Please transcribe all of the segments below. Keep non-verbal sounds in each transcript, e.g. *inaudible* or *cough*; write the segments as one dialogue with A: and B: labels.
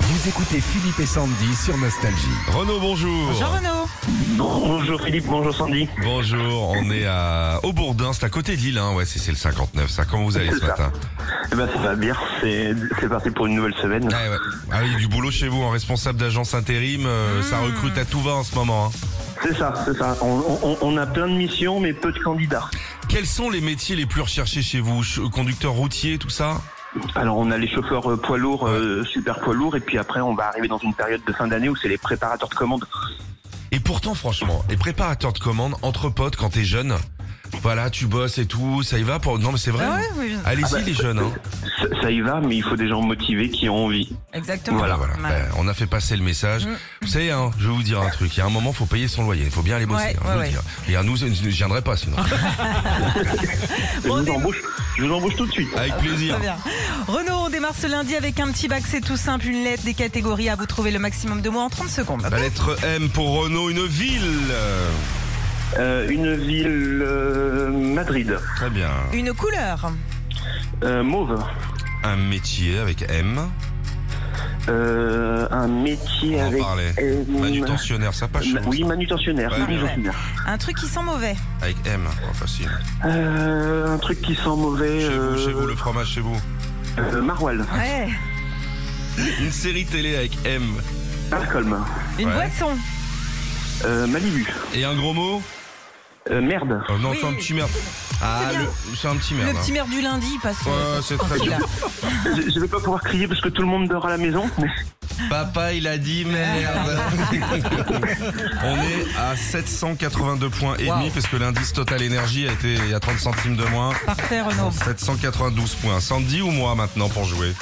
A: Vous écoutez Philippe et Sandy sur Nostalgie.
B: Renaud, bonjour.
C: Bonjour Renaud.
D: Bonjour Philippe, bonjour Sandy.
B: Bonjour, on est à Aubourdin, c'est à côté de Lille, hein. ouais, c'est c'est le 59, ça. Comment vous allez ce
D: C'est ça.
B: matin
D: Eh ben ça va bien, c'est c'est parti pour une nouvelle semaine.
B: ah, ouais. Ah, il y a du boulot chez vous, en responsable d'agence intérim, euh, ça recrute à tout va en ce moment. hein.
D: C'est ça, c'est ça. On, on- on a plein de missions mais peu de candidats.
B: Quels sont les métiers les plus recherchés chez vous Ch- Conducteur routier, tout ça
D: Alors on a les chauffeurs euh, poids lourds, euh, super poids lourds, et puis après on va arriver dans une période de fin d'année où c'est les préparateurs de commandes.
B: Et pourtant, franchement, les préparateurs de commandes entre potes quand t'es jeune, voilà, tu bosses et tout, ça y va pour... Non mais c'est vrai,
C: Ah ouais,
B: hein.
C: oui.
B: allez-y
D: Ah bah,
B: les jeunes. hein.
D: Ça, ça y va, mais il faut des gens motivés qui ont envie.
C: Exactement.
D: Voilà,
B: Voilà,
C: Ouais.
B: ben, on a fait passer le message.
C: Mm.
B: Vous savez, hein, je vais vous dire un truc. Il y a un moment, faut payer son loyer. Il faut bien aller bosser.
C: Ouais,
B: hein, je vous
C: ouais,
B: le dis. Et à nous, je ne viendrai pas
C: *laughs*
B: sinon.
D: Je
C: Bon,
D: vous
C: des-
D: embauche, je vous embauche tout de suite.
B: Avec
C: Très
B: plaisir.
C: bien. Renaud, on démarre ce lundi avec un petit bac, c'est tout simple, une lettre, des catégories à vous trouver le maximum de mots en 30 secondes.
B: La lettre M pour Renault, une ville.
D: Euh, une ville euh, Madrid,
B: Très bien.
C: Une couleur,
D: Euh, mauve,
B: Un métier avec M.
D: Euh, un métier
B: On en
D: avec.
B: parlait.
D: euh,
B: Manutentionnaire, ça pas chaud.
D: ma- oui, manutentionnaire,
B: Ouais.
D: manutentionnaire.
C: un truc qui sent mauvais,
B: Avec M, oh, facile.
D: Euh, un truc qui sent mauvais.
B: Chez
D: euh,
B: vous, chez vous, le fromage chez vous.
D: euh, Maroilles,
C: ouais.
B: Une série télé avec M.
D: Malcolm,
C: une
B: Ouais.
C: boisson,
D: euh, Malibu,
B: Et un gros mot
D: euh, merde.
B: Oh Non,
C: Oui.
B: c'est un petit merde. Ah,
C: C'est bien.
B: le- c'est un petit
C: le
B: merde. hein.
C: petit maire du lundi, passe. euh,
B: Ouais, c'est très
C: Tranquille,
B: bien.
C: là.
D: Je, je vais pas pouvoir crier parce que tout le monde dort à la maison. mais-
B: Papa, il a dit merde. On est à 782 points et demi parce que l'indice Total Énergie a été il y a 30 centimes de moins.
C: Parfait Renaud.
B: 792 points. Sandy ou moi maintenant pour jouer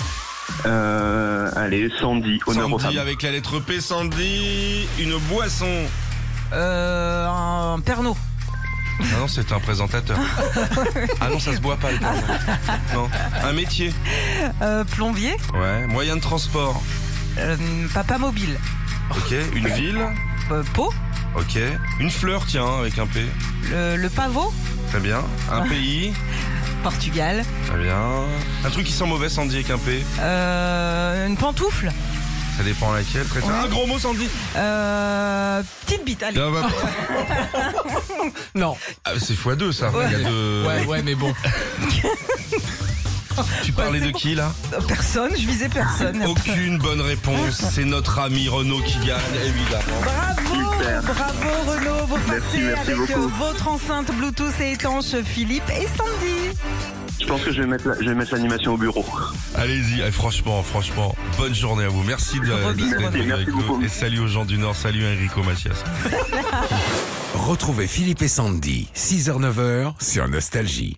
D: Euh, allez, Sandy, honneur aux
B: Sandy
D: femmes.
B: avec la lettre P. Sandy, une boisson.
C: Euh, un perno.
B: Ah non, c'est un présentateur. Ah non, ça se boit pas le pain. Non, un métier.
C: Euh, plombier,
B: Ouais, moyen de transport.
C: Euh, papa mobile,
B: Ok, une ville.
C: Euh, pot,
B: Ok, une fleur, tiens, avec un P.
C: le, le pavot,
B: Très bien. Un pays.
C: Portugal,
B: Très bien. Un truc qui sent mauvais, Sandy, avec un P.
C: Euh, une pantoufle,
B: Ça dépend laquelle. Très bien.
C: Ouais.
B: Un gros mot, Sandy.
C: Euh, petite bite, allez.
B: Non, bah-
E: Non.
B: Ah, c'est x2 ça. Il y a deux-
E: Ouais, ouais, mais bon.
B: Tu parlais de qui là
C: Personne, je visais personne.
B: Aucune bonne réponse. C'est notre ami Renaud qui gagne, évidemment.
C: Bravo,
D: Super.
C: bravo Renaud, vous
D: Merci,
C: partez
D: merci
C: avec
D: beaucoup.
C: euh, votre enceinte Bluetooth et étanche Philippe et Sandy.
D: Je pense que je vais mettre, la- je vais mettre l'animation au bureau.
B: Allez-y, Eh, franchement, franchement, bonne journée à vous. Merci de- de-
C: Rebisous,
B: d'être
C: Renaud.
B: venu
D: Merci
B: avec
D: beaucoup.
B: nous. Et salut aux gens du Nord, salut Enrico Macias.
A: Retrouvez Philippe et Sandy, 6h-9h sur Nostalgie.